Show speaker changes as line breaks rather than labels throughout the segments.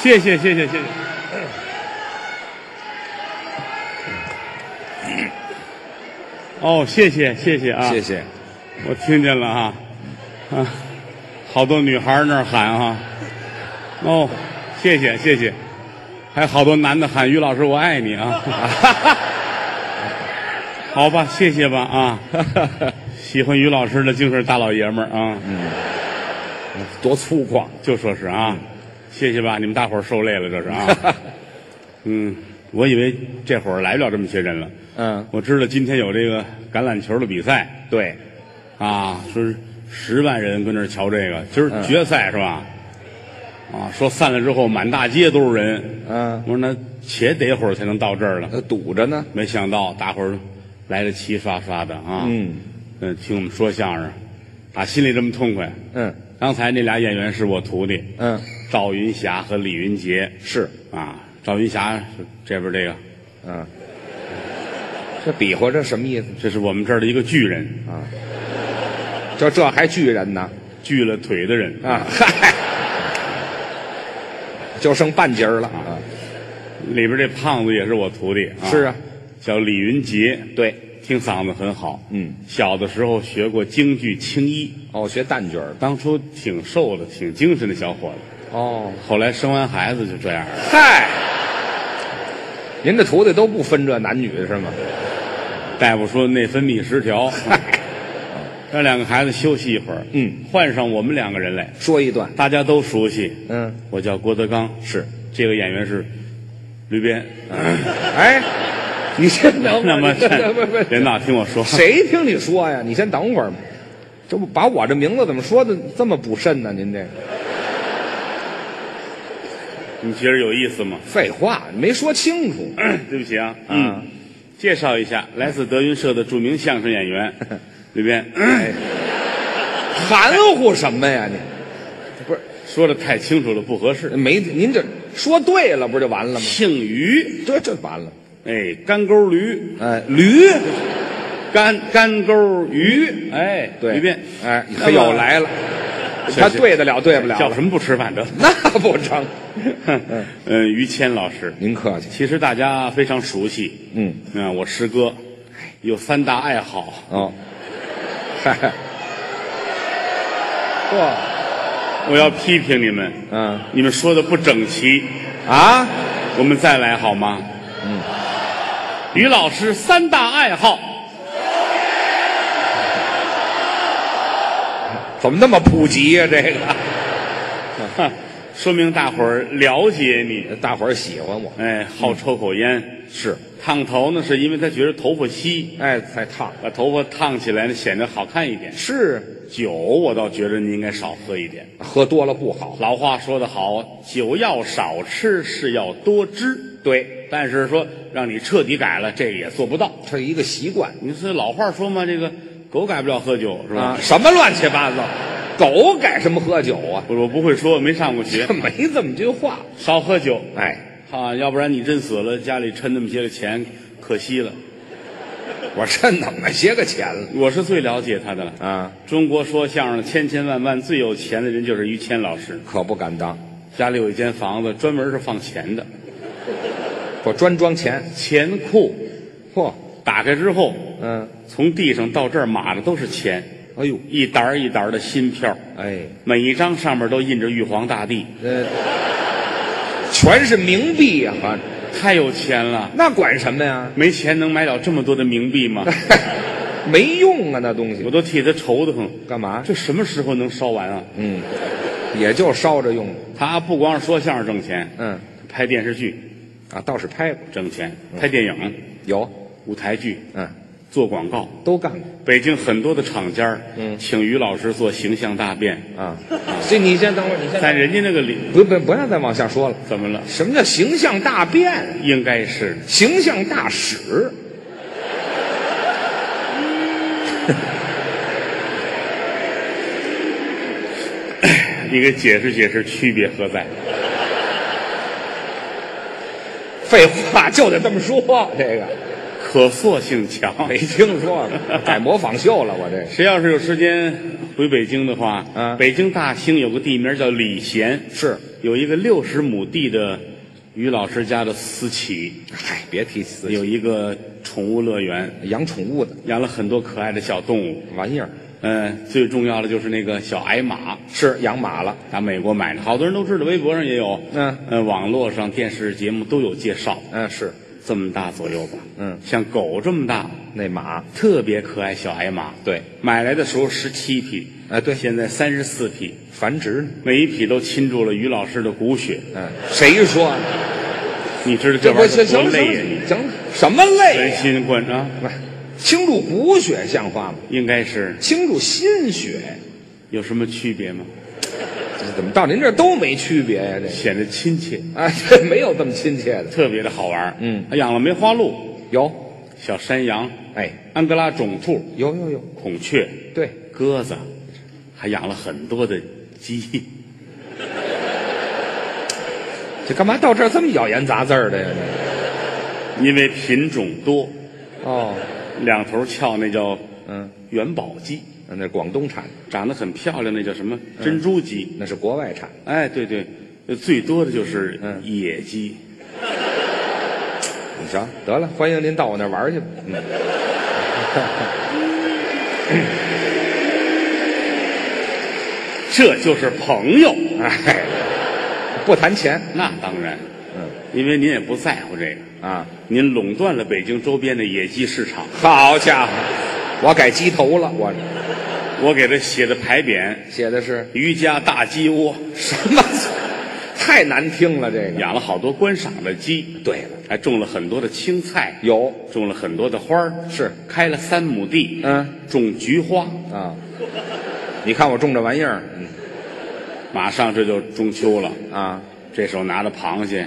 谢谢谢谢谢谢。哦，谢谢谢谢啊！
谢谢。
我听见了啊，啊，好多女孩儿那儿喊啊，哦，谢谢谢谢，还好多男的喊于老师我爱你啊， 好吧，谢谢吧啊， 喜欢于老师的竟是大老爷们儿啊，
多粗犷，
就说是啊，
嗯
谢谢吧，你们大伙儿受累了这是 啊，嗯，我以为这会儿来不了这么些人了，
嗯，
我知道今天有这个橄榄球的比赛，
对，
啊，说是十万人跟那儿瞧这个，今
嗯
儿决赛是吧？啊，说散了之后满大街都是人。
嗯
我说那且得会儿才能到这儿了，
那堵着呢，
没想到大伙儿来的齐刷刷的啊。
嗯，
嗯，听我们说相声，打心里这么痛快。
嗯
刚才那俩演员是我徒弟，
嗯，
赵云霞和李云杰
是，
啊。赵云霞是这边这个，
嗯，这比划这什么意思？
这是我们这儿的一个巨人，
这这还巨人呢？
锯了腿的人
啊，嗨，就剩半截儿了啊！
里边这胖子也是我徒弟啊。
是啊，
叫李云杰。
对，
听嗓子很好，
嗯，
小的时候学过京剧青衣，
哦，学旦角儿的，
当初挺瘦的，挺精神的小伙子，
哦，
后来生完孩子就这样了。
嗨，您这徒弟都不分这男女是吗？
大夫说内分泌失 调，让两个孩子休息一会儿，
嗯，
换上我们两个人来，
说一段，
大家都熟悉，
嗯，
我叫郭德纲，
是，
这个演员是吕 鞭，
哎，你先 等会儿，
那么
你先不不
别闹，听我说，
谁听你说呀？你先等会儿嘛，这不把我这名字怎么说的这么不慎呢？您这
你觉得有意思吗？
废话，你没说清楚。
对不起啊，
嗯，
介绍一下，来自德云社的著名相声演员 吕鞭，
哎 含糊什么呀你？不是
说的太清楚了不合适。
没您这说对了不就完了吗？
姓于，
这这完了，
哎，干沟驴，
哎，驴，
干干沟鱼，哎，
对，
随便，
哎，
那
他
么
又来了，他对得了对不了
叫
了，
什么不吃饭的？
那不成？
哼 嗯，于谦老师，
您客气，
其实大家非常熟悉，
嗯，
嗯，我师哥有三大爱好，
哦，嗨，嚯，
我要批评你们，
嗯
你们说的不整齐，
啊，
我们再来好吗？嗯，于老师三大爱好，
怎么那么普及呀、这个
哼说明大伙儿了解你，
大伙儿喜欢我
哎，好抽口烟，
嗯是，
烫头呢，是因为他觉得头发稀。
哎，才烫
把头发烫起来呢，显得好看一点。
是
酒，我倒觉得你应该少喝一点。
喝多了不好，
老话说得好，酒要少吃，是要多知。
对，
但是说让你彻底改了，这个也做不到。
这是一个习惯
你是老话说嘛，这个狗改不了喝酒，是吧
啊，？什么乱七八糟，狗改什么喝酒啊？，
我我不会说，没上过学
没这么句话。
少喝酒
哎，
啊，要不然你真死了，家里趁那么些个钱，可惜了。
我这哪么些个钱了
我是最了解他的了。
啊？
中国说相声的千千万万最有钱的人就是于谦老师，
可不敢当，
家里有一间房子专门是放钱的。
我专装钱。
钱库，
嚯，
打开之后，
嗯，
从地上到这儿码的都是钱，
哎呦，
一沓儿一沓儿的新票，
哎，
每一张上面都印着玉皇大帝，
呃，全是冥币呀、反正
太有钱了。
那管什么呀？
没钱能买了这么多的冥币 吗？
没用啊，那东
我
西
都替他愁得很。
干嘛？
这什么时候能烧完啊？
嗯，也就烧着用。
他不光是说相声挣钱，
嗯，
拍电视剧
啊，倒是拍过，
挣钱，
嗯
拍电影、
有，
舞台剧、
嗯，
做广告。
都干过
北京很多的厂家儿，
嗯
请于老师做形象大变，
啊。这你先等会儿，你先
但
等
人家那个里
会儿不不不要再往下说了。
怎么了？
什么叫形象大变？
应该是
形象大使。
你给解释解释区别何在？
废话就得这么说，这个
可塑性强。
没听说过，改模仿秀了，我这
谁要是有时间回北京的话，
嗯
北京大兴有个地名叫礼贤，
是，
有一个六十亩地的于老师家的私企，
嗨，哎别提自己
有一个宠物乐园，
养宠物的
养了很多可爱的小动物。
玩意儿，
嗯，最重要的就是那个小矮马，
是养马了，
打美国买的，好多人都知道，微博上也有，
嗯
呃，网络上电视节目都有介绍。
嗯，是
这么大左右吧，
嗯
像狗这么大，
那马，
特别可爱小矮马。
对，
买来的时候十七匹，
啊对
现在三十四匹，
繁殖呢，
每一匹都浸住了于老师的骨血。
嗯，谁说的？
你知道
这
玩
不
意儿
行
多
行
累呀、你
行行，什么累
人
呀？
心贯啊，
不是倾注骨血像话吗？
应该是
倾注心血，
有什么区别吗？
这怎么到您这儿都没区别呀？这
显得亲切，
啊，这没有这么亲切的。
特别的好玩。
嗯，
养了梅花鹿、
有，
小山羊、
哎，
安哥拉种兔、
有有有，
孔雀、
对，
鸽子，还养了很多的鸡。
这干嘛到这儿这么咬言杂字儿的呀？这
因为品种多，
哦，
两头翘那叫
嗯，
元宝鸡，
那是广东产，
长得很漂亮，那叫什么
嗯
珍珠鸡？
那是国外产，
哎，对对，呃最多的就是
嗯
野鸡。
你瞧，得了，欢迎您到我那儿玩儿去吧。嗯，
这就是朋友，
哎，不谈钱
那当然，
嗯，
因为您也不在乎这个，
啊，
您垄断了北京周边的野鸡市场。
好家伙，我改鸡头了，我这
我给他写的牌匾
写的是
“于家大鸡窝
什么？ 太难听了，这”，个。
养了好多观赏的鸡，
对了，
还种了很多的青菜，
有
种了很多的花儿，
是
开了三亩地，
嗯
种菊花。
啊，你看我种这玩意儿，嗯
马上这就中秋了，
啊，
这手拿着螃蟹，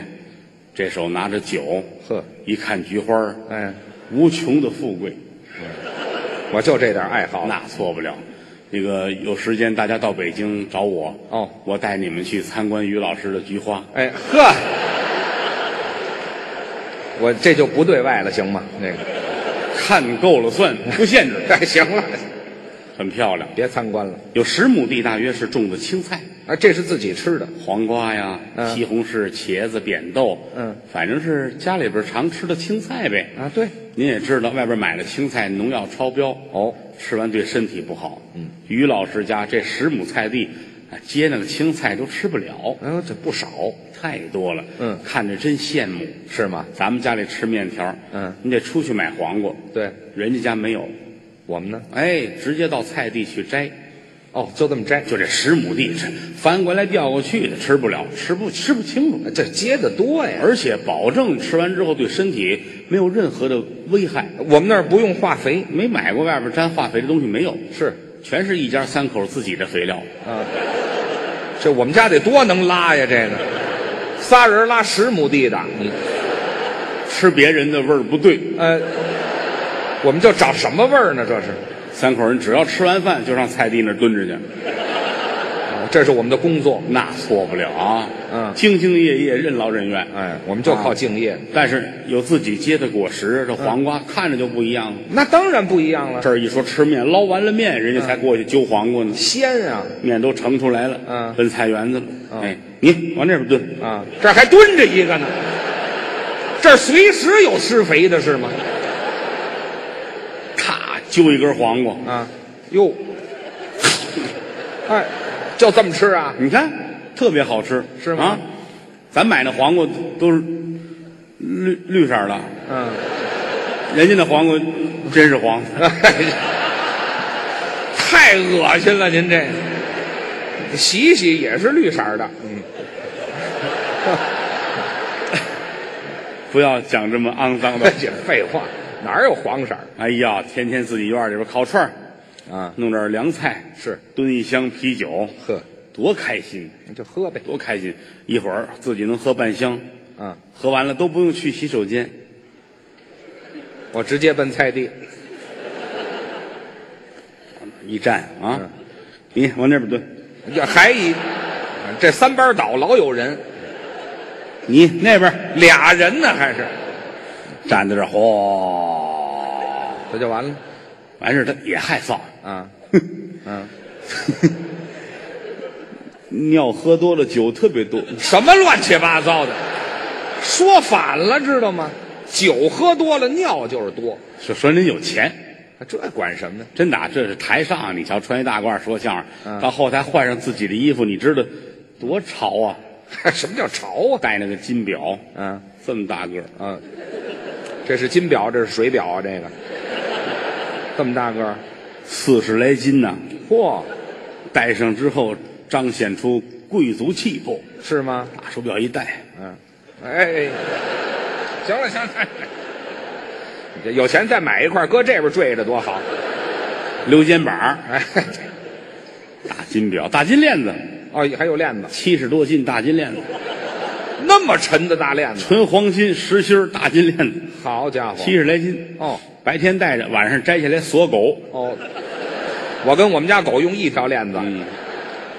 这手拿着酒，
呵，
一看菊花儿，
哎，
无穷的富贵，
我就这点爱好。
那错不了。那个有时间大家到北京找我
哦
我带你们去参观于老师的菊花。
哎呵，我这就不对外了，行吗？那个，
看够了算，不限制，
哎，行了，
很漂亮。
别参观了。
有十亩地，大约是种的青菜，
啊，这是自己吃的，
黄瓜呀、
嗯
西红柿、茄子、扁豆，
嗯，
反正是家里边常吃的青菜呗。
啊，对，
您也知道，外边买的青菜农药超标，
哦，
吃完对身体不好。嗯，于老师家这十亩菜地，啊接那个青菜都吃不了，
哎呦，这不少
太多了。
嗯
看着真羡慕。
是吗？
咱们家里吃面条，
嗯
你得出去买黄瓜，
对
人家家没有。
我们呢？
哎，直接到菜地去摘，
哦，就这么摘，
就这十亩地，这翻过来调过去的，吃不了，吃不吃不清楚，
呃这结的多呀。
而且保证吃完之后对身体没有任何的危害。
我们那儿不用化肥，
没买过外边沾化肥的东西没有，
是
全是一家三口自己的肥料。
啊，这我们家得多能拉呀，这个仨人拉十亩地的，你
吃别人的味儿不对，
呃，我们就找什么味儿呢？这是，
三口人只要吃完饭就上菜地那儿蹲着去，
啊这是我们的工作。
那错不了啊。
嗯
兢兢业业，任劳任怨。
哎，我们就靠敬业。
但是有自己结的果实，这黄瓜看着就不一样了。
那当然不一样了，
这儿一说吃面，捞完了面，人家才过去揪黄瓜呢，
鲜啊
面都盛出来了，
嗯
奔菜园子了。
嗯
哎，你往那边蹲，
啊！这儿还蹲着一个呢，这儿随时有施肥的是吗？
咔揪一根黄瓜，
啊，哟，哎，就这么吃啊？
你看特别好吃，
是吗
啊，咱买那黄瓜都是绿绿色儿的，
嗯，
人家那黄瓜真是黄。
太恶心了，您这洗洗也是绿色儿的，嗯，
不要讲这么肮脏 的。
这废话，哪有黄色儿
哎呀，天天自己院里边烤串儿
啊？
弄点凉菜，
是
蹲一箱啤酒，
呵，
多开心，
你就喝呗，
多开心！一会儿自己能喝半箱，
啊，
喝完了都不用去洗手间，
我直接奔菜地，
一站啊
嗯，
你往那边蹲，
这还一这三班倒老有人，
你那边
俩人呢还是。
站在这儿，哗，
不就完了
完事儿他也害臊，
啊？嗯，
尿喝多了，酒特别多，
什么乱七八糟的，说反了知道吗？酒喝多了，尿就是多，
说说人有钱。
这管什么呀？
真的啊，这是台上，你瞧穿一大褂说相声，
嗯
到后台换上自己的衣服，你知道多潮啊！
什么叫潮啊？
戴那个金表，
嗯
这么大个儿，
啊，这是金表，这是水表啊，这个这么大个儿，
四十来斤呢、
嚯，
戴上之后彰显出贵族气魄。
是吗？
大手表一戴，
嗯，哎，行了行了，哎你这有钱再买一块，搁这边坠着多好。
溜肩膀，
哎，
大金表，大金链子，
哦，还有链子，
七十多斤大金链子，
那么沉的大链子，
纯黄金实心儿大金链子，
好家伙！
七十来斤。
哦
白天戴着，晚上摘下来锁狗。
哦，我跟我们家狗用一条链子，
嗯，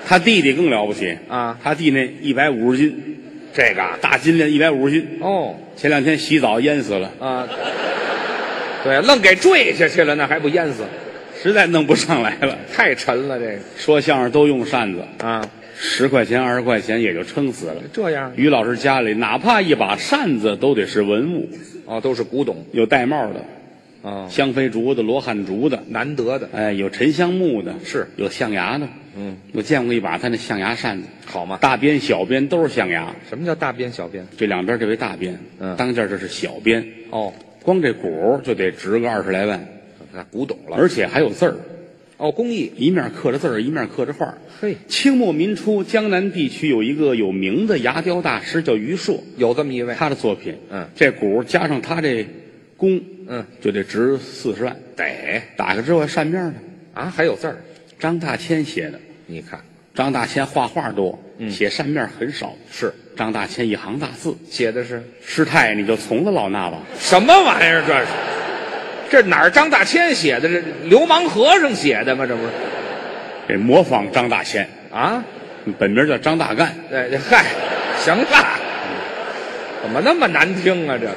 他弟弟更了不起
啊
他弟那一百五十斤，
这个啊
大金链一百五十斤，
哦
前两天洗澡淹死了，
啊，对，愣给坠下去了，那还不淹死？
实在弄不上来了。
太沉了，这
说相声都用扇子，
个啊，
十块钱二十块钱也就撑死了。
这样
于老师家里哪怕一把扇子都得是文物，
哦，都是古董
有戴帽的、
啊，
香妃竹的、罗汉竹的，
难得的，
哎，有沉香木的，
是
有象牙的。
嗯，
我见过一把他那象牙扇子，
好嘛？
大边、小边都是象牙，
什么叫大边小边？
这两边这为大边，
嗯
当间这是小边，
哦，
光这鼓就得值个二十来万，
那古董了
而且还有字儿，
哦，工艺
一面刻着字儿，一面刻着画儿。
嘿，
清末民初，江南地区有一个有名的牙雕大师叫于硕，
有这么一位，
他的作品，
嗯，
这鼓加上他这弓，
嗯，
就得值四十万。
得
打开之后扇面的，
啊，还有字儿，
张大千写的。
你看
张大千画画多，
嗯
写扇面很少。
是
张大千一行大字，
写的是
师太你就从了老衲吧。
什么玩意儿？这是这哪儿张大千写的？这流氓和尚写的吗？这不是
得模仿张大千，
啊？
本名叫张大干。
哎，嗨，行吧，怎么那么难听啊？这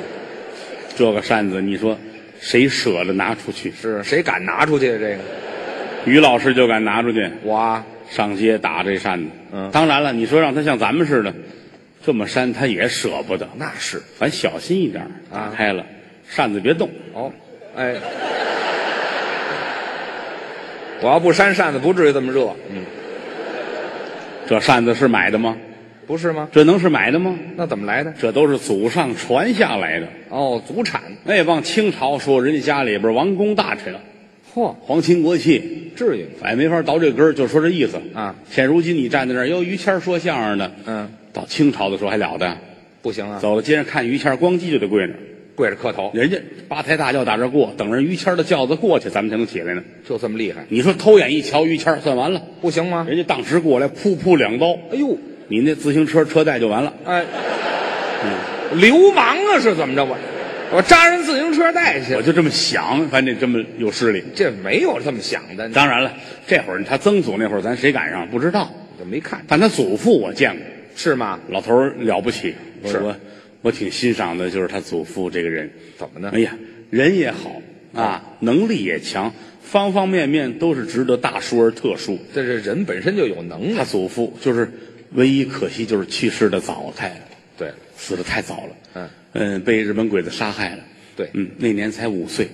这个扇子，你说谁舍得拿出去？
是谁敢拿出去啊？这个
于老师就敢拿出去，
我啊
上街打这扇子。
嗯
当然了，你说让他像咱们似的这么扇，他也舍不得。
那是
咱小心一点，打
啊
开了、扇子别动，
哦，哎，我要不扇扇子，不至于这么热，嗯，
这扇子是买的吗？
不是吗？
这能是买的吗？
那怎么来的？
这都是祖上传下来的。
哦，祖产，
那帮清朝说人家家里边王公大臣，
嚯、
皇亲国戚，
至于吗？
反正没法倒这根儿，就说这意思
啊。
现如今你站在那儿，哟，于谦儿说相声呢，
嗯，
到清朝的时候还了得？
不行啊，
走到街上看于谦儿，咣叽就得跪那儿。
跪着磕头，
人家八抬大轿打这儿过，等着于谦儿的轿子过去，咱们才能起来呢。
就这么厉害，
你说偷眼一瞧于谦儿，算完了，
不行吗？
人家当时过来，噗噗两刀，
哎呦，
你那自行车车带就完了。
哎，流氓啊，是怎么着？我我扎人自行车带去
我，就这么想，反正这么有势力。
这没有这么想的，
当然了，这会儿他曾祖那会儿，咱谁赶上不知道，
就没看
但他祖父我见过。
是吗？
老头儿了不起，我
是
我我挺欣赏的，就是他祖父这个人。
怎么呢
哎呀，人也好啊，能力也强，方方面面都是值得大书而特书。
这是人本身就有能
他
耐。
祖父就是唯一可惜就是去世的早，太
对了，
死的太早了。
嗯
嗯，被日本鬼子杀害了。
对
嗯，那年才五岁，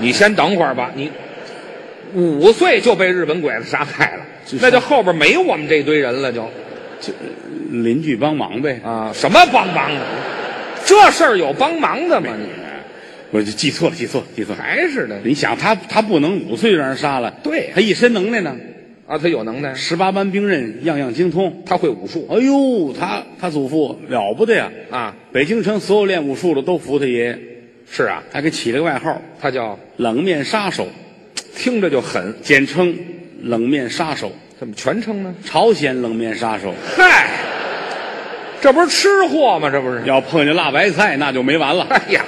你先等会儿吧，你五岁就被日本鬼子杀害了
这，是
那就后边没我们这堆人了，就
就邻居帮忙呗。
啊，什么帮忙的？这事儿有帮忙的吗？你
嗯我就记错了，记错了，记错了。
还是的
你想他他不能五岁让人杀了，
对呀
他一身能耐呢，
啊，他有能耐，
十八般兵刃样样精通。
他会武术
哎呦，他他祖父了不得呀！
啊，
北京城所有练武术的都服他爷爷，
是啊，
还给起了个外号
他叫
“冷面杀手
听着就狠”，，
简称“冷面杀手
怎么全称呢？”，
朝鲜冷面杀手。
嗨，这不是吃货吗？这不是？
要碰见辣白菜，那就没完了，
哎呀，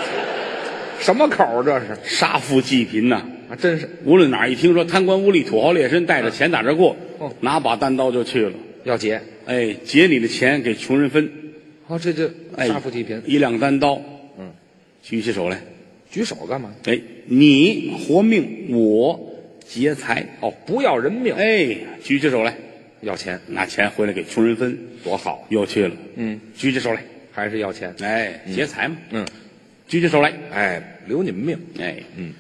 什么口儿这是？
杀富济贫呐、
啊，真是
无论哪儿一听说贪官污吏、土豪劣绅带着钱打这过，
哦
拿把单刀就去了。
要劫
哎，劫你的钱给穷人分，
哦，这就
哎，
杀富济贫，
一两单刀，嗯，举起手来，
举手干嘛？
哎，你活命，我劫财。
哦，不要人命，
哎，举起手来，
要钱，
拿钱回来给穷人分，
多好，
又去了。
嗯，
举起手来，
还是要钱。
哎，劫财嘛。
嗯，
举起手来，
哎，留你们命。
哎，
嗯，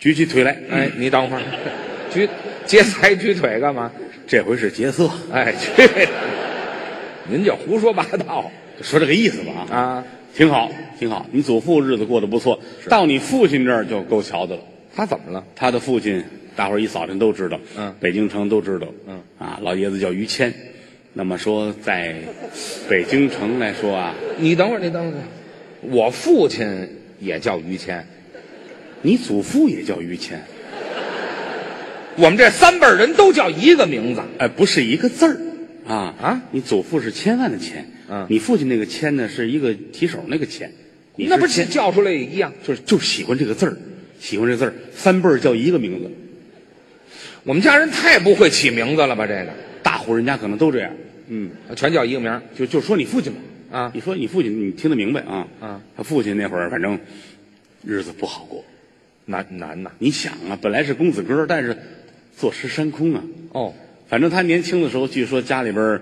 举起腿来，
哎，你等会儿， 举劫财举腿干嘛？
这回是劫色，
哎，去，您就胡说八道
说这个意思吧啊，
啊！
挺好，挺好。你祖父日子过得不错，到你父亲这儿就够瞧的了。
他怎么了？
他的父亲，大伙儿一扫听都知道，
嗯
北京城都知道，
嗯，
啊，老爷子叫于谦。那么说，在北京城来说啊，
你等会儿，你等会儿，我父亲也叫于谦，
你祖父也叫于谦，
我们这三辈儿人都叫一个名字。
哎，不是一个字儿啊
啊！
你祖父是千万的千，
嗯
你父亲那个谦呢是一个提手那个谦，你
那不
谦
是叫出来也一样？
就是就喜欢这个字儿，喜欢这个字儿，三辈儿叫一个名字，
我们家人太不会起名字了吧？这个
大户人家可能都这样。嗯，
全叫一个名儿
就就说你父亲吧，
啊
你说你父亲，你听得明白啊？
啊，
他父亲那会儿反正日子不好过。
难难呐。
你想啊，本来是公子哥，但是坐吃山空啊。
哦，
反正他年轻的时候，据说家里边儿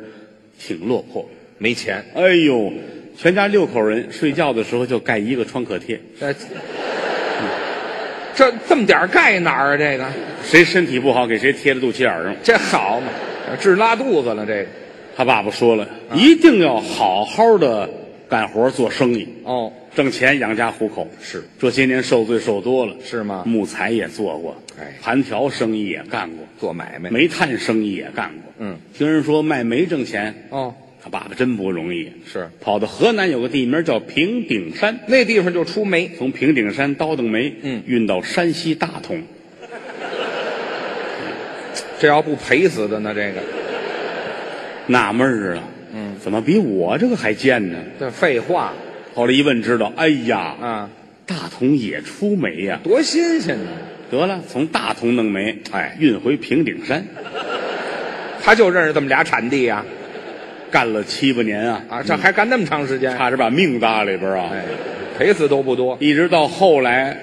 挺落魄。
没钱，
哎呦，全家六口人睡觉的时候就盖一个创可贴，
这呃这这么点儿盖哪儿啊？这个
谁身体不好给谁贴在肚脐眼儿上。
这好嘛，治拉肚子了这个。
他爸爸说了，
啊
一定要好好的干活做生意，
哦，
挣钱养家糊口。
是，
这些年受罪受多了，
是吗
木材也做过，
哎
盘条生意也干过，
做买卖
煤炭生意也干过。
嗯，
听人说卖煤挣钱，
哦，
他爸爸真不容易。
是
跑到河南有个地名叫平顶山，
那地方就出煤，
从平顶山倒腾煤，
嗯
运到山西大同。
这要不赔死的呢？这个
纳闷儿啊，嗯，怎么比我这个还贱呢？
这废话
后来一问知道，哎呀，
啊，
大同也出煤呀、
多新鲜呢！
得了，从大同弄煤，
哎
运回平顶山，
他就认识这么俩产地呀、
干了七八年啊，
啊，这还干那么长时间，
差点把命搭里边啊。
哎，赔死都不多
一直到后来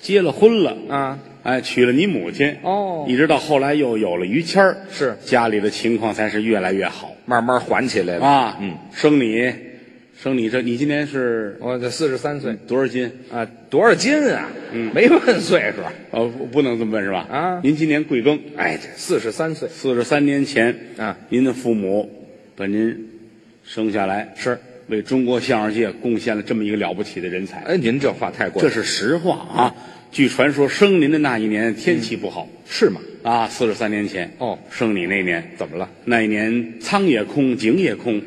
结了婚了，
啊。
哎，娶了你母亲
哦
一直到后来又有了于谦儿，
是
家里的情况才是越来越好
慢慢缓起来了
啊。
嗯，，
生你，生你这你今年是
我这四十三岁
多少斤？
啊，多少斤啊？
嗯
没问岁数。
哦，不不能这么问是吧？
啊
您今年贵庚？
哎，这四十三岁
四十三年前
啊，
您的父母把您生下来，
是。
为中国相声界贡献了这么一个了不起的人才，
哎，您这话太过
这是
分，
实话啊。据传说，生您的那一年天气不好、
是吗？
啊，四十三年前
嗯哦
生你那年，
怎么了？
那一年仓也空，井也空，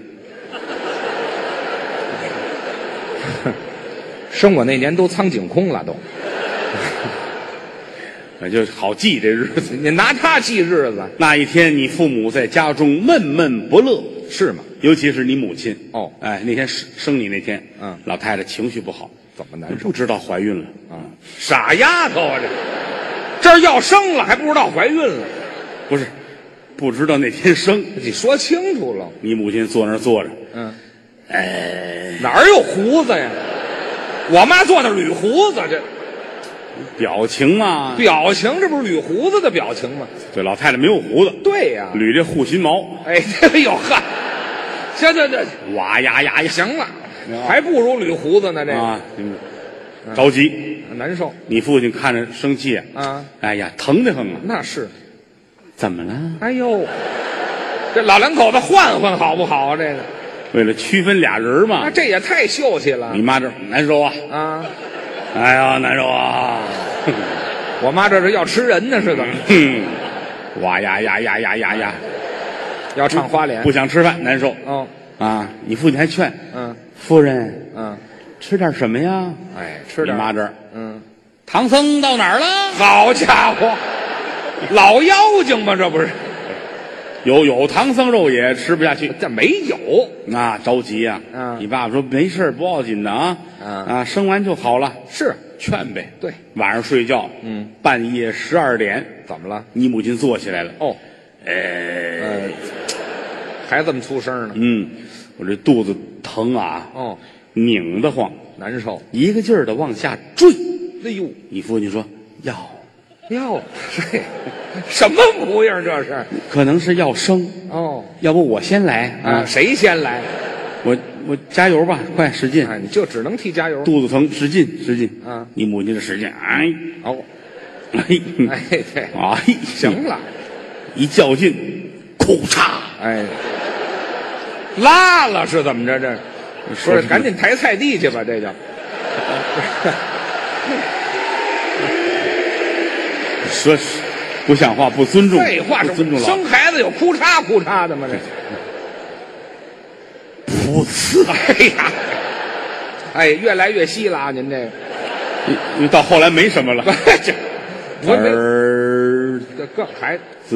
生我那年都苍井空了都，
呃就好记这日子。
你拿他记日子
那一天，你父母在家中闷闷不乐，
是吗？
尤其是你母亲
哦
哎，那天生生你那天，
嗯
老太太情绪不好，
怎么难受
不知道怀孕了。
啊？傻丫头啊，这这儿要生了还不知道怀孕了，
不是，不知道那天生。
你说清楚了。
你母亲坐那儿坐着，
嗯，哎，哪儿有胡子呀？我妈坐那儿捋胡子，这
表情嘛，
表情这不是捋胡子的表情吗？
对，老太太没有胡子，
对呀、
捋这护心毛，
哎，哎呦呵，行行行，哎
哇呀呀呀，
行了
行，啊
还不如捋胡子呢，这个
啊，嗯着急。
难受。
你父亲看着生气
啊，
哎呀，疼得很啊！
那是，
怎么了？
哎呦，这老两口子换换好不好啊？这个，
为了区分俩人儿
那
嘛，
这也太秀气了
你妈这难受啊，
啊！
哎呀，难受啊，
我妈这是要吃人呢，是怎么着？
哼，哇呀呀呀呀呀呀，
要唱花脸
不？想吃饭，难受
哦，
啊！你父亲还劝
嗯
夫人
嗯，
吃点什么呀？
哎，吃
你
点。
妈这儿，
嗯，
唐僧到哪儿了？
好家伙，老妖精吗？这不是？
有有，唐僧肉也吃不下去，
这没有，
那着急呀、
嗯
你爸爸说没事儿不要紧的啊，
嗯
啊，生完就好了，
是
劝呗。
对，
晚上睡觉，
嗯，
半夜十二点，
怎么了？
你母亲坐起来了，
哦，
哎，
呃，还这么出声呢？
嗯，我这肚子疼啊，
哦，
拧得慌，
难受。
一个劲儿的往下坠。
哎呦，
你父亲说：“要，
哟，这 什么模样这是？
可能是要生，
哦
要不我先来
啊，
啊，
谁先来？
我我加油吧，快使劲，
啊，你就只能替加油。
肚子疼，使劲使劲。
啊，
你母亲就使劲，哎
哦，
哎
哎对，
哎，
行，了，
一较劲，裤嚓，
哎，拉了是怎么着？这不是赶紧抬菜地去吧？这就
说是不像话，不尊重，
废话，
不
这
尊重老
生孩子有哭嚓哭嚓的吗？这。
噗呲，
哎呀，哎，越来越稀了啊！您这个，
因为到后来没什么了。
这我没
儿
这个还
子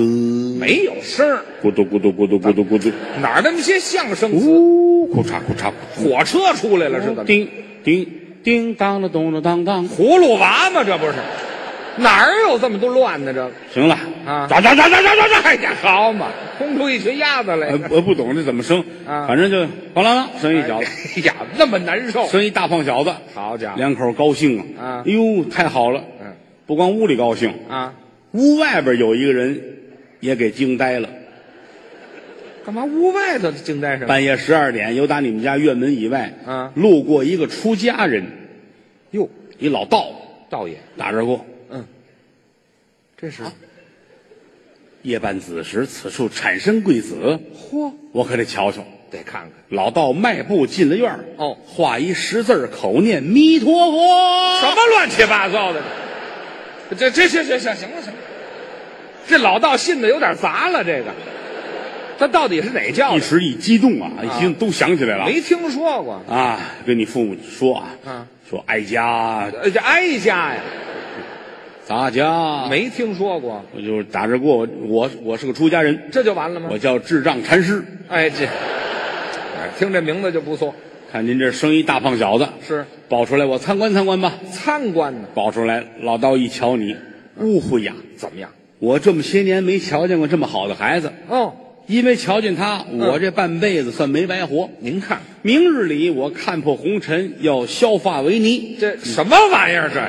没有声儿，
咕嘟咕嘟咕嘟咕嘟咕嘟，
哪儿那么些相声词？
呜，裤嚓裤嚓，
火车出来了是怎么着？
嗯叮叮叮当了咚了当当。
葫芦娃嘛，这不是？哪儿有这么多乱的？这 个
行了
啊
咋咋咋咋咋咋咋，
哎呀，好嘛，轰出一群鸭子来
呃，我不懂这怎么生，
哎啊
反正就哗啦啦生一小子，
哎呀，那么难受。
生一大胖小子，
好家伙，
两口高兴
啊
哎呦，太好了！
嗯
不光屋里高兴，
啊，
屋外边有一个人也给惊呆了。
嗯干嘛屋外头惊呆什么？
半夜十二点，由打你们家院门以外，
啊
路过一个出家人，
哟，
一老道
道爷，
打这儿过。
嗯，这是
夜半子时，此处产生贵子，
嚯，
我可得瞧瞧。
得看看
老道迈步进了院儿
哦
画一十字儿口念弥陀佛。
什么乱七八糟的。这这这这这行了行了，这老道信的有点杂了，这个他到底是哪教
一
的？
时一激动啊，一激动都想起来了。
没听说过。
啊，跟你父母说啊，
啊
说哀家，
呃，这哀家呀，
咱家，
没听说过，
我就是打着过我我我是个出家人，
这就完了吗
我？叫智障禅师。
哎，这哎听这名字就不错，
看您这生一大胖小子，
是
抱出来我参观参观吧。
参观呢，
抱出来，老道一瞧你，误会呀，
怎么样？
我这么些年没瞧见过这么好的孩子，
哦，
因为瞧见他，
嗯
我这半辈子算没白活。
您看
明日里我看破红尘，要削发为尼。
这什么玩意儿？这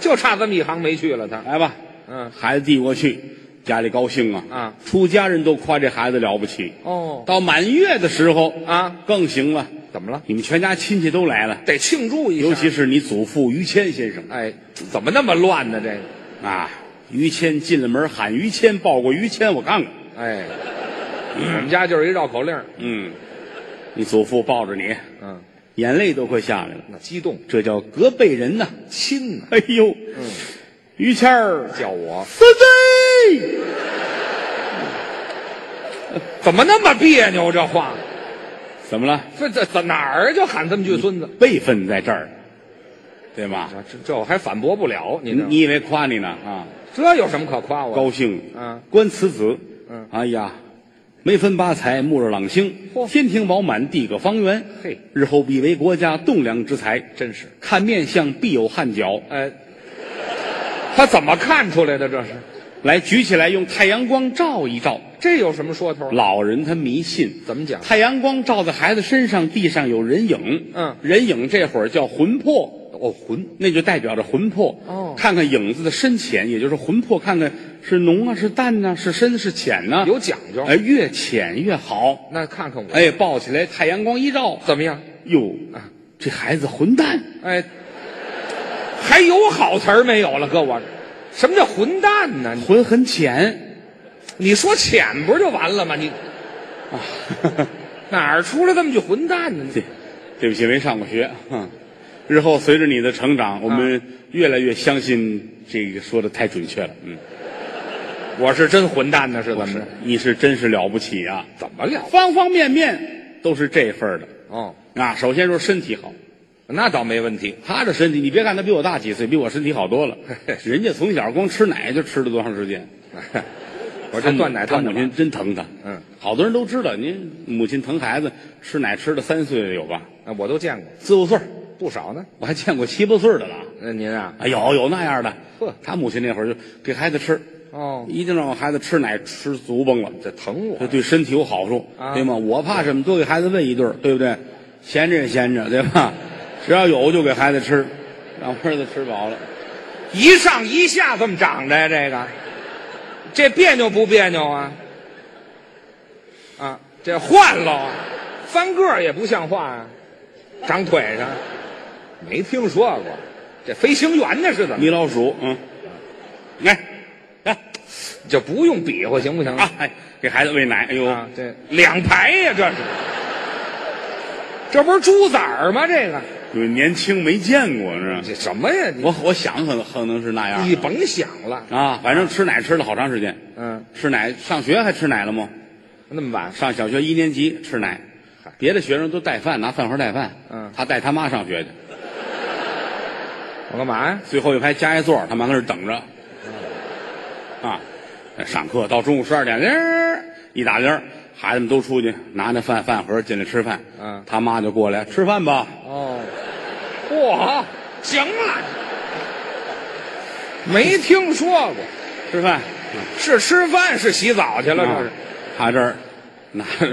就差这么一行没去了，他
来吧，
嗯
孩子递过去，家里高兴啊
啊！
出家人都夸这孩子了不起。
哦
到满月的时候
啊，
更行了，
怎么了？
你们全家亲戚都来了，
得庆祝一下。
尤其是你祖父于谦先生
哎，怎么那么乱呢？这个。
啊。于谦进了门，喊于谦，抱过于谦，我看看。
哎，我们家就是一绕口令儿。
嗯，你祖父抱着你，
嗯，
眼泪都快下来了，
那激动
这叫隔辈人呐。
亲呢、
哎呦，
嗯
于谦儿，
叫我
孙子，
怎么那么别扭？这话，
怎么了？
这这这哪儿就喊这么句孙子？
辈分在这儿，对吗？
啊这这我还反驳不了你
你
知道吗
你以为夸你呢啊？
这有什么可夸我的？
高兴，
嗯，
观此子，
嗯，
哎呀，眉分八彩，目若朗星，
嚯
天庭饱满，地阁方圆，
嘿
日后必为国家栋梁之才。
真是。
看面相必有汗脚，
哎，他怎么看出来的？这是
来举起来，用太阳光照一照。
这有什么说头？
老人他迷信，
怎么讲？
太阳光照在孩子身上，地上有人影，
嗯
人影这会儿叫魂魄，
哦，魂
那就代表着魂魄。
哦
看看影子的深浅，也就是魂魄，看看是浓啊，是淡呐、是深是浅呐、
有讲究。
哎，越浅越好。
那看看我、
哎，抱起来，太阳光一照，
怎么样？
哟
啊，
这孩子混蛋，
哎，还有好词儿没有了？哥我，什么叫混蛋呢？
魂很 浅
你说浅不是就完了吗？你
啊。
哪儿出来这么句混蛋呢？
对，对不起，没上过学。嗯，日后随着你的成长，我
啊
们越来越相信这个说的太准确了。嗯，
我是真混蛋呢，是怎么着？
你是真是了不起啊，
怎么了？
方方面面都是这份儿的。
哦，
啊，首先说身体好，
那倒没问题。
他的身体，你别看他比我大几岁，比我身体好多了。 人家从小光吃奶就吃了多长时间？
我这断奶
他
断
母
的
他母亲真疼他。
嗯，
好多人都知道，您母亲疼孩子，吃奶吃到三岁有吧？
啊，我都见过
四五岁儿，
不少呢。
我还见过七八岁儿的了。
那您啊，
啊，有有那样的
呵。
他母亲那会儿就给孩子吃，
哦，
一定让我孩子吃奶吃足崩了，
这疼我
这对身体有好处，
啊
对吗？我怕什么？多给孩子喂一顿儿，对不对？闲着也闲着，对吧？ 只要有就给孩子吃，让儿子吃饱了。
一上一下这么长着呀，这个，这别扭不别扭啊？啊，这换喽，翻个儿也不像话啊，长腿上，没听说过，这飞行员呢是怎么？
米老鼠，嗯，哎来，来
就不用比划行不行
啊，哎，给孩子喂奶，哎呦，
啊，这两排呀、这是，这不是猪崽儿吗？这个
你们年轻没见过是吧？
这什么呀？你
我我想可能可能是那样
你甭想了，
啊，反正吃奶吃了好长时间，
嗯，
吃奶上学还吃奶了吗？
那么晚
上小学一年级吃奶
嗨，
别的学生都带饭，拿饭盒带饭，
嗯
他带他妈上学去，
我干嘛呀？
最后一排加一座，他妈跟那儿等着，啊，上课到中午十二点铃儿一打铃儿，孩子们都出去拿着饭饭盒进来吃饭，
嗯
他妈就过来吃饭吧，
哦，嚯，行了，没听说过，
吃饭，
是吃饭是洗澡去了
啊
这是？
他这儿拿着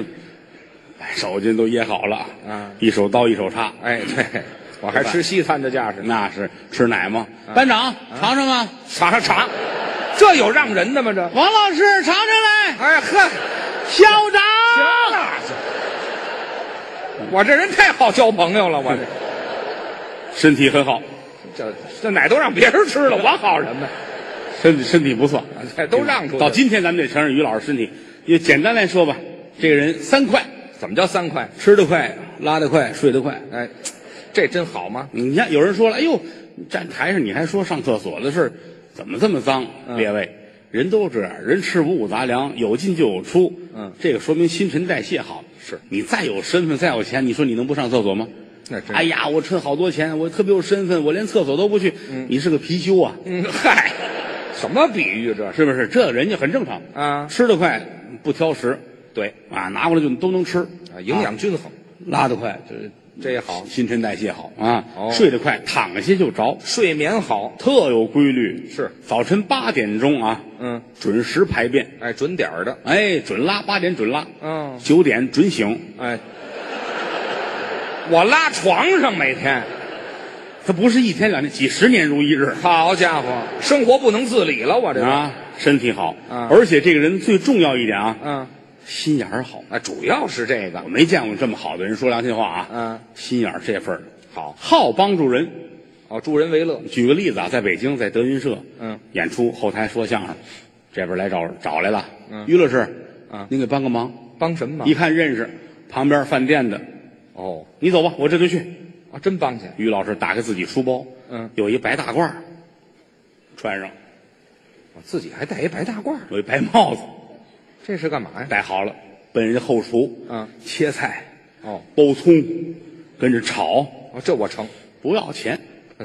把手巾都掖好了，
嗯
一手刀一手叉，
哎，对，我还吃西餐的架势呢，
那是吃奶吗？班长尝尝啊，
尝尝，这有让人的吗？这，
王老师尝尝来，
哎呵，
校长。
行了，我这人太好交朋友了，我这。
身体很好，
这这奶都让别人吃了，我好什么呀？
身体身体不错，
这都让出去
到今天咱们得承认于老师身体，因为简单来说吧，这个人三快：
怎么叫三块？
吃得快、拉得快、睡得快。
哎，这真好吗？
你看有人说了，哎呦，站台上你还说上厕所的事儿，怎么这么脏？
嗯
列位，人都这样，人吃五谷杂粮，有进就有出。
嗯
这个说明新陈代谢好。
是
你再有身份，再有钱，你说你能不上厕所吗？
那真
哎呀，我趁好多钱，我特别有身份，我连厕所都不去。你是个貔貅啊！
嗯，嗨，什么比喻啊这是？
是不是？这人家很正常
啊
吃得快，不挑食
对
啊，拿过来就都能吃，
啊，营
啊
养均衡，
拉得快，就是
这也好，
新陈代谢好啊，
哦
睡得快，躺下就着，
睡眠好，
特有规律。
是
早晨八点钟啊，
嗯，
准时排便，
哎，准点儿的，
哎，准拉八点准拉，
嗯，
九点准醒，
哎，我拉床上每天，
它不是一天两天，几十年如一日
好家伙，生活不能自理了，我这，
啊，身体好，
啊
而且这个人最重要一点啊，
嗯，
心眼儿好。
啊，主要是这个
我，没见过这么好的人，说良心话啊，
嗯，
心眼儿这份儿
好，
好帮助人，
哦，助人为乐，
举个例子啊，在北京，在德云社，
嗯，
演出后台说相声，这边来找找来了，
嗯
于老师，
嗯
您给帮个忙，
帮什么忙
一？看认识，旁边饭店的，
哦，
你走吧，我这就去。
啊，真帮去，
于老师打开自己书包，
嗯
有一白大褂儿，穿上，
我自己还戴一白大褂儿，
有一白帽子，
这是干嘛呀？
戴好了，奔人家后厨，
嗯，
切菜，
哦，
剥葱，跟着炒，
哦，这我成，
不要钱，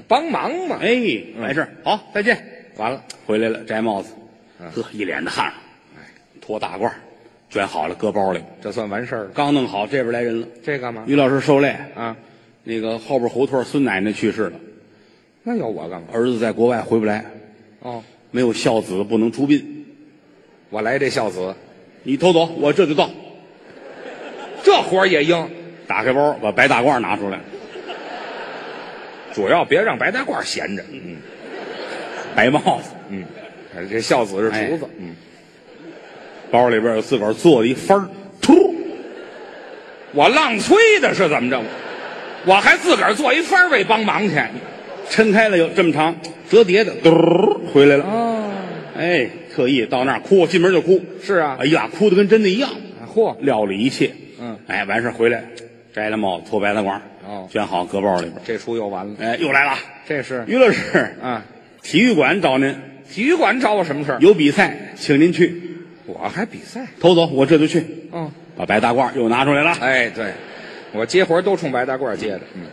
帮忙嘛。
哎，
嗯
完事儿，好，再见，
完了，
回来了，摘帽子，
嗯哎
呵，一脸的汗，脱大褂儿，卷好了，搁包里。
这算完事儿了。
刚弄好，这边来人了。
这干嘛？
于老师受累，
啊，
那个后边胡同孙奶奶去世了，
那要我干嘛？
儿子在国外回不来，
哦，
没有孝子不能出殡。
我来这孝子，
你偷走，我这就到。
这活儿也应，
打开包，把白大褂拿出来，
主要别让白大褂闲着。嗯
白帽子，
嗯，哎这孝子是厨
哎
子，嗯，
包里边有自个儿做的一幡儿，突，
我浪吹的是怎么着？我还自个儿做一番儿为帮忙去。
抻开了有这么长，折叠的，嘟儿回来了。
哦，
哎，特意到那儿哭，进门就哭。
是啊
哎呀，哭的跟真的一样。
嚯，
料理一切，
嗯，
哎，完事儿回来，摘了帽子，脱白大褂，
哦
卷好搁包里边。
这出又完了。
哎，又来了，
这是
于老师，
啊，
体育馆找您，
体育馆找我什么事儿？
有比赛，请您去。
我还比赛。
偷走，我这就去。
嗯，
把白大褂又拿出来了，
哎，对，我接活儿都冲白大褂接的。嗯，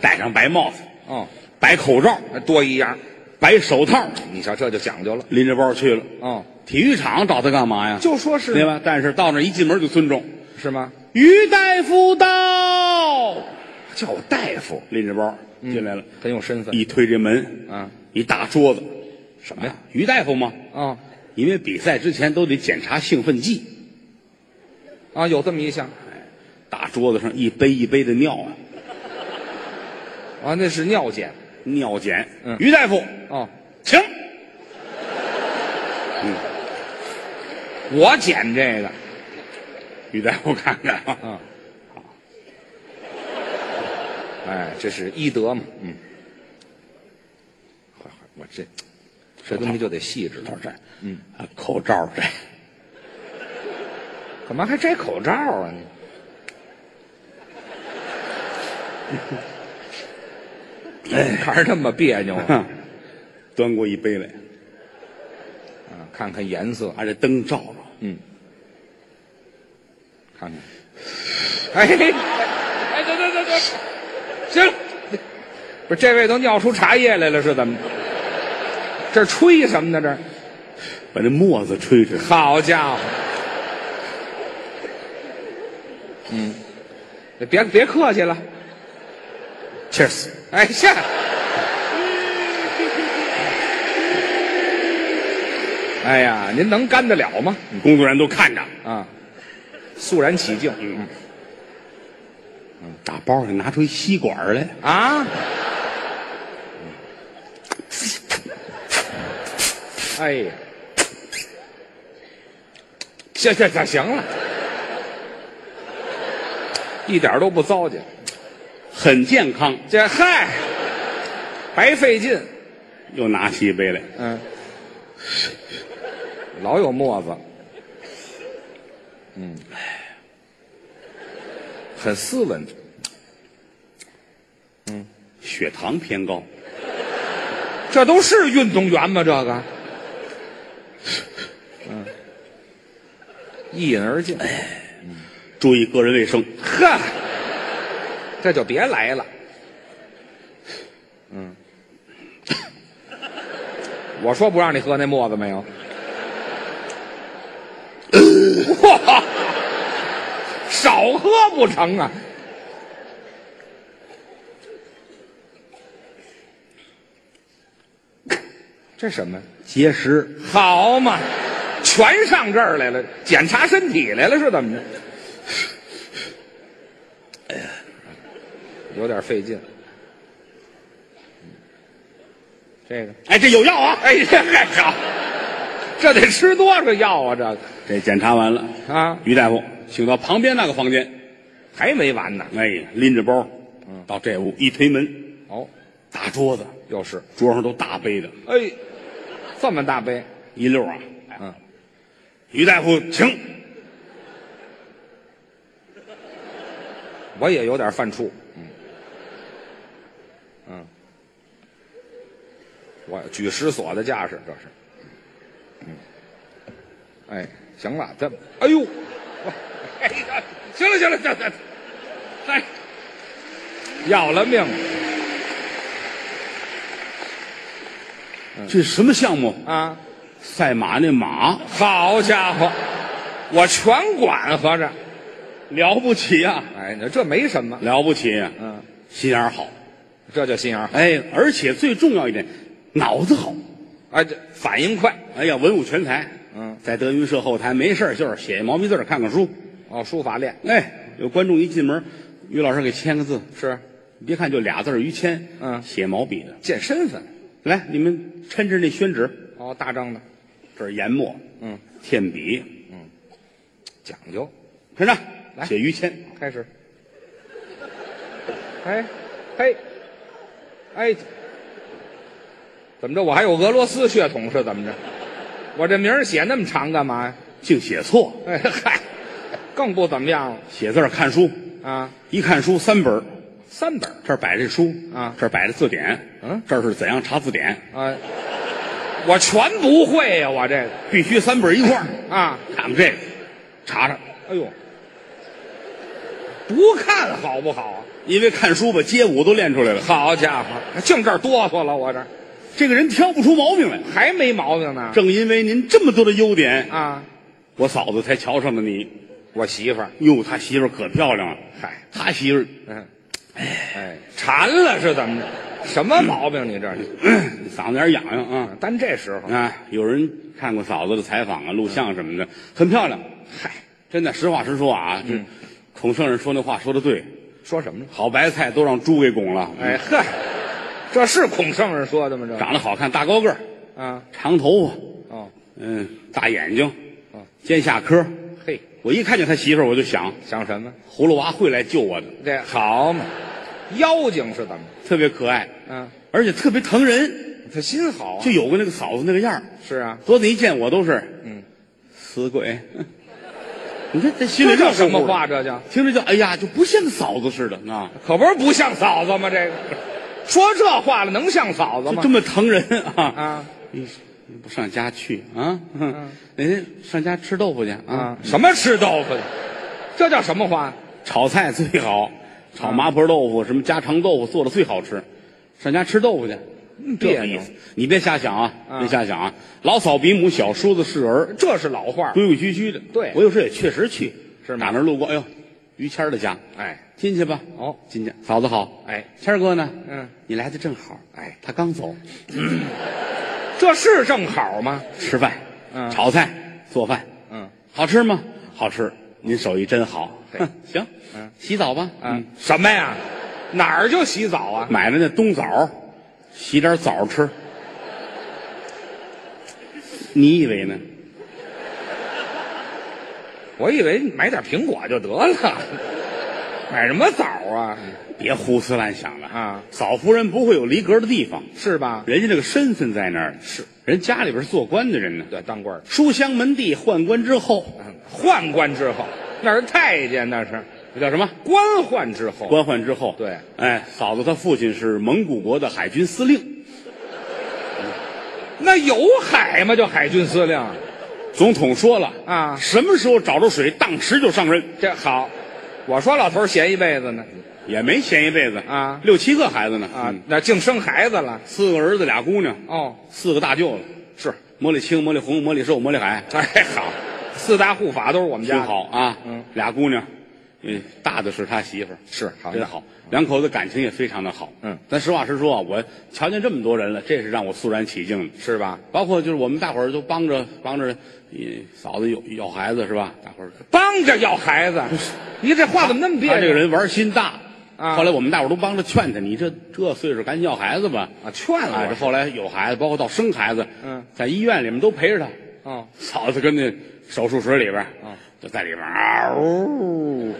戴上白帽子，
哦，
白口罩，
多一样。
白手套，
你瞧，这就讲究了。
拎着包去了。
哦，
体育场找他干嘛呀？
就说是
对吧？但是到那儿一进门就尊重，
是吗？
于大夫到，
叫我大夫，嗯
拎着包进来了，
很有身份。
一推这门，
啊，哎
一大桌子，什
么呀？
于大夫吗？
哦，
因为比赛之前都得检查兴奋剂，
啊，有这么一项，
大桌子上一杯一杯的尿啊，
啊，那是尿检
尿检，
嗯
于大夫，
哦，
请。
我检这个，
于大夫看看啊，
嗯，哎，这是医德嘛，嗯，快快，我这这东西就得细致
到
了，
这，嗯，口罩这，
干嘛还摘口罩啊你？ 看着哎那么别扭啊，
哼，端过一杯来，
啊看看颜色，
拿这灯照照，
看哎看。哎，哎，等等等等，行，不是这位都尿出茶叶来了是怎么？这吹什么呢？这
把这沫子吹吹，
好家伙！嗯，你嗯别别客气了，
Cheers！
哎下。哎呀，您能干得了吗？
工作人员都看着，嗯
啊，肃然起敬。
打包里拿出一吸管来，
啊！哎呀，行行行，行了，一点都不糟践。
很健康，
这嗨，白费劲。
又拿起一杯来，
嗯，老有沫子。嗯，嗯很斯文。
血糖偏高，
这都是运动员吗？这个，嗯， 一饮而尽。
注意个人卫生，
哎呵，这就别来了。嗯， 我说不让你喝那沫子 没有？哇，少喝不成啊！这什么呀？
节食，
好嘛，全上这儿来了，检查身体来了是怎么着？哎呀，有点费劲。这个，
哎，这有药啊！
哎呀，嗨好，这得吃多少药啊？这个
这检查完了，
啊，
于大夫请到旁边那个房间，
还没完呢。
哎，拎着包，到这屋一推门，
哦，
大桌子，
又是，
桌上都大杯的，
哎，这么大杯，
一溜啊，
嗯，
于大夫请，
我也有点犯怵，嗯，嗯，我举石锁的架势，这是，嗯，哎，行了，这，哎呦，我哎呀，行了行了，这这，哎，要了命了
这什么项目？
啊！
赛马那马
好家伙，我全管合着，
了不起啊呀、
哎，你说这没什么，
了不起，啊
嗯，
心眼儿好，
这叫心眼儿，
哎，而且最重要一点，脑子好，
哎，这反应快，
哎呀，文武全才。
嗯，
在德云社后台没事儿就是写毛笔字儿，看看书。
哦，书法练
哎，有观众一进门，于老师给签个字，
是
别看就俩字儿于谦，
嗯
写毛笔的。
见身份，
来，你们抻着那宣纸，
哦，大张的，
这是研墨，
嗯，
添笔，
讲究。
看着
来
写于谦，
开始。哎，嘿，哎，怎么着？我还有俄罗斯血统是怎么着？我这名儿写那么长干嘛呀？
竟写错，
哎嗨，更不怎么样了
写字儿看书，
啊！
一看书三本儿，
三本儿
这儿摆这书
啊
这儿摆着字典，
嗯，
这儿是怎样查字典，
啊，我全不会呀、我这
必须三本儿一块儿。
个啊，
看看这个，查查，
哎呦，不看好不好啊？
因为看书吧，街舞都练出来了。
好家伙，净这儿哆嗦了，我这儿
这个人挑不出毛病来。
还没毛病呢
正因为您这么多的优点，
啊！
我嫂子才瞧上了你。
我媳妇儿，
哟，他媳妇儿可漂亮了。
嗨。
他媳妇儿，
嗯，哎，馋了是怎么着？什么毛病？你这是？
嗯嗓子眼儿痒痒啊
但这时候，
啊！有人看过嫂子的采访啊、录像什么的，很漂亮。
嗨，嗯
真的，实话实说啊，这孔圣人说那话说的对，
说什么呢？
好白菜都让猪给拱了。
哎呵，这是孔圣人说的吗？
长得好看，大高个儿，
这啊，
长头发，
哦，
嗯，大眼睛
哦，
尖下颏儿。
嘿，
我一看见他媳妇儿，我就想，
想什么？
葫芦娃会来救我的，
这好嘛，妖精是怎么？
特别可爱，
嗯，
而且特别疼人，
他心好啊
就有个那个嫂子那个样儿。
是啊，
多子一见我都是，
嗯，
死鬼。你看这心里
这叫
热
什
乎
么
乎的，
话？这叫
听着就哎呀，就不像个嫂子似的啊，
可不是不像嫂子吗？这个说这话了，能像嫂子
就
吗
这？么疼人啊！
啊
你你不上家去啊？ 嗯，哪天上家吃豆腐去啊
啊？，什么吃豆腐的？这叫什么话？
炒菜最好，炒麻婆豆腐、什么家常豆腐做的最好吃，上家吃豆腐去。这
别
个意
扭
思，你别瞎想啊！
啊
别瞎想啊！老嫂比母小，叔子是儿，
这是老话儿，
规规矩矩的。
对
我有时候也确实去，
是吗
打那儿路过，哎呦，于谦儿的家，
哎
进去吧。
哦，
进去，嫂子好。
哎，
谦儿哥呢？
嗯，
你来的正好。哎，他刚走，
这是正好吗？
吃饭，
嗯
炒菜，做饭，
嗯，
好吃吗？好吃，您手艺真好。
嘿
哼行，
嗯，
洗澡吧。
啊，，什么呀？哪儿就洗澡啊？
买了那冬枣，洗点枣吃。你以为呢？
我以为你买点苹果就得了， 买什么枣啊？
别胡思乱想了
啊！
嫂夫人不会有离格的地方，
是吧？
人家这个身份在那儿。是，人家里边是做官的人呢。
对，当官儿，
书香门第，宦官之后，
嗯宦官之后，那是太监，那是
这叫什么？
官宦之后。
官宦之后，
对，
哎，嫂子她父亲是蒙古国的海军司令，
那有海吗？就海军司令，
总统说了
啊
什么时候找着水，当时就上任，
这好。我说老头儿闲一辈子呢，
也没闲一辈子
啊
六七个孩子呢
啊
嗯，
那净生孩子了。
四个儿子俩姑娘，
哦，
四个大舅了，
是，
魔力青、魔力红、魔力寿、魔力海，
哎，好，四大护法都是我们家
挺
的。
好啊，
嗯，
俩姑娘，嗯，大的是他媳妇儿，
是好
真好，两口子感情也非常的好，
嗯，
咱实话实说啊，我瞧见这么多人了，这是让我肃然起敬的。
是吧？
包括就是我们大伙儿都帮着帮着，呃嫂子有有孩子是吧？大伙儿
帮着要孩子，你嗯啊这话怎么那么别
他
扭？
这个人玩心大。
啊
后来我们大伙儿都帮着劝他，你这这岁数赶紧要孩子吧。
啊，劝
啊，
了
这
我。
后来有孩子，包括到生孩子，
嗯，
在医院里面都陪着他。
哦，
嫂子跟那手术室里边，
嗯，
就在里边嗷呜，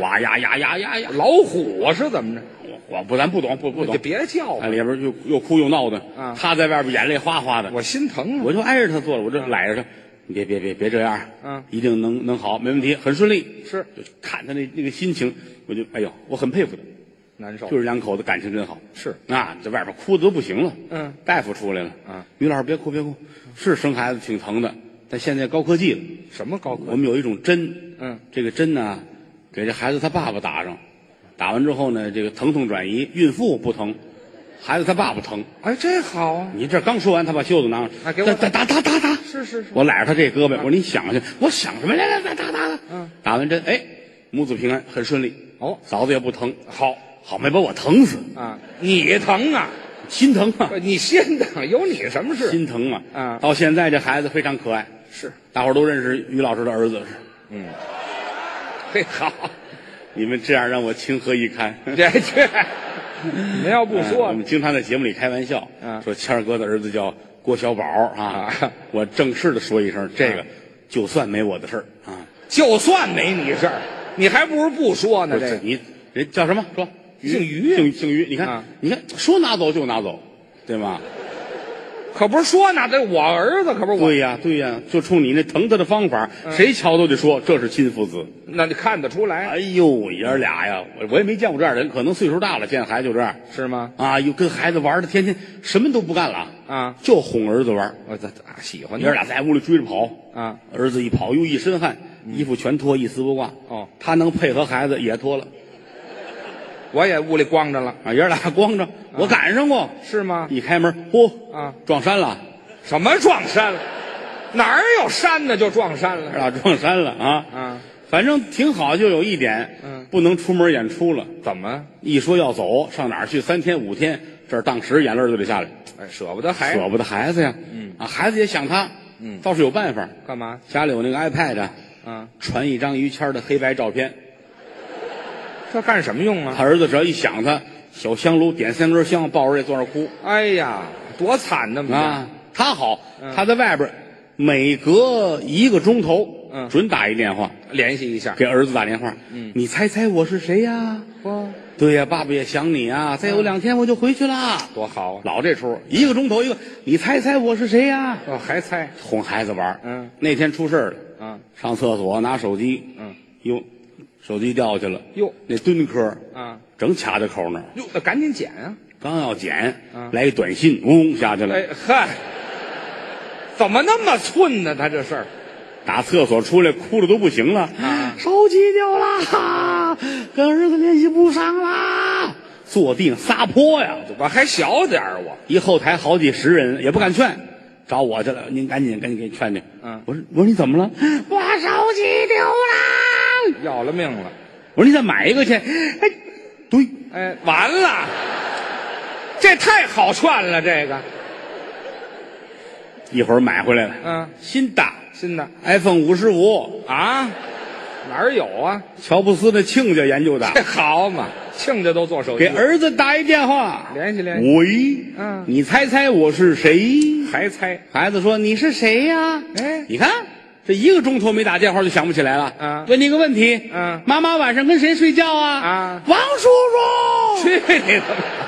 哇呀呀呀呀呀！
老虎啊是怎么着？
我我不咱不懂不不
你
懂
就，别叫
在
我，
里边又又哭又闹的。
嗯
他在外边眼泪哗哗的。
我心疼啊。
我就挨着他坐了，我就揽着他，你别别别别这样，
嗯
一定能能好，没问题，很顺利。
是
就看他那那个心情，我就哎呦，我很佩服他，
难受
就是两口子感情真好。
是
啊，这外边哭的都不行了。
嗯，
大夫出来了。
嗯，
于老师别哭别哭，是生孩子挺疼的，但现在高科技了，
什么高科
我？们有一种针，
嗯，
这个针呢，给这孩子他爸爸打上，打完之后呢，这个疼痛转移，孕妇不疼，孩子他爸爸疼。
哎，这好啊！
你这刚说完，他把袖子拿上，
啊给我
打打打打打。
是是是，
我揽着他这胳膊，我说你想去，我想什么？来来来，打打打。
嗯，
打完针，哎，母子平安，很顺利。
哦
嫂子也不疼，好，好没把我疼死，
啊，你疼啊？
心疼 啊，
不你心疼，有你什么事？
心疼啊。
啊
到现在这孩子非常可爱，
是，
大伙儿都认识于老师的儿子。
嘿，好，
你们这样让我情何以堪？
这这，您要不
嗯我
说
们经常在节目里开玩笑，
嗯
说谦儿哥的儿子叫郭小宝啊
啊。
我正式的说一声，这个就算没我的事儿啊。
就算没你事儿，你还不如不说呢。
不
这
是
个
你人叫什么？说
姓于
姓姓于。你看，
啊
你看，说拿走就拿走，对吗？
可不是说呢，这我儿子可不是我，
对呀，对呀，就冲你那疼他的方法，谁瞧都得说这是亲父子。
那你看得出来
哎呦，爷儿俩呀，我我也没见过这样的人，可能岁数大了见孩子就这样
是吗？
啊，又跟孩子玩的，天天什么都不干了
啊，
就哄儿子玩。
我这这啊喜欢你
爷儿俩在屋里追着跑，
啊，
儿子一跑又一身汗，衣服全脱，一丝不挂。
嗯哦，
他能配合孩子也脱了
我也屋里光着了，
啊，爷儿俩 光着，我赶上过。
是吗？
一开门，嚯
啊，
撞山了，
什么撞山了？哪儿有山呢？就撞山
二
了
俩撞山了啊！
啊？
反正挺好，就有一点，
嗯
不能出门演出了。
怎么？
一说要走，上哪儿去？三天五天，这儿当时眼泪就得下来，
哎，舍不得孩子
舍不得孩子呀。嗯啊，孩子也想他。嗯，倒是有办法，
干嘛？
啊家里有那个 iPad，
啊，
传一张于谦儿的黑白照片，
这干什么用啊？
他儿子只要一想他，小香炉点三根香，抱着这坐那儿哭
哎呀，多惨呐！
啊。他好，
嗯
他在外边每隔一个钟头，
嗯
准打一电话
联系一下，
给儿子打电话。嗯，你猜猜我是谁呀？
哇，
对呀，爸爸也想你
嗯
啊！再有两天我就回去啦。
多好啊！
老这出，一个钟头一个，你猜猜我是谁呀？
哦，还猜，
哄孩子玩儿
嗯，
那天出事儿了，
嗯，
上厕所拿手机，
嗯，
哟，手机掉下去了，
哟
那蹲坑
啊，
正卡在口那儿，
哟，那赶紧捡啊！
刚要捡，
嗯
来一短信，嗡下去了，
哎嗨，怎么那么寸呢？他这事儿，
打厕所出来哭的都不行了，
啊
手机掉啦，跟儿子联系不上啦，坐地上撒泼呀，
我还小点儿，我
一后台好几十人也不敢劝，找我去了，您赶紧赶紧给劝劝，
嗯
我说我说你怎么了？我手机丢啦，
要了命了！
我说你再买一个去，哎，对，
哎，完了，这太好劝了，这个，
一会儿买回来了，
嗯，
新的
新的
iPhone 五十五，
啊，哪儿有啊？
乔布斯的亲家研 究的，
这好嘛，亲家都做手机
给
了，
儿子打一电话，
联系联系，
喂，
嗯
你猜猜我是谁？
还猜，
孩子说你是谁呀？
哎
你看这一个钟头没打电话就想不起来了。
啊
问你一个问题，
嗯
妈妈晚上跟谁睡觉啊？
啊
王叔叔。
去你的吧！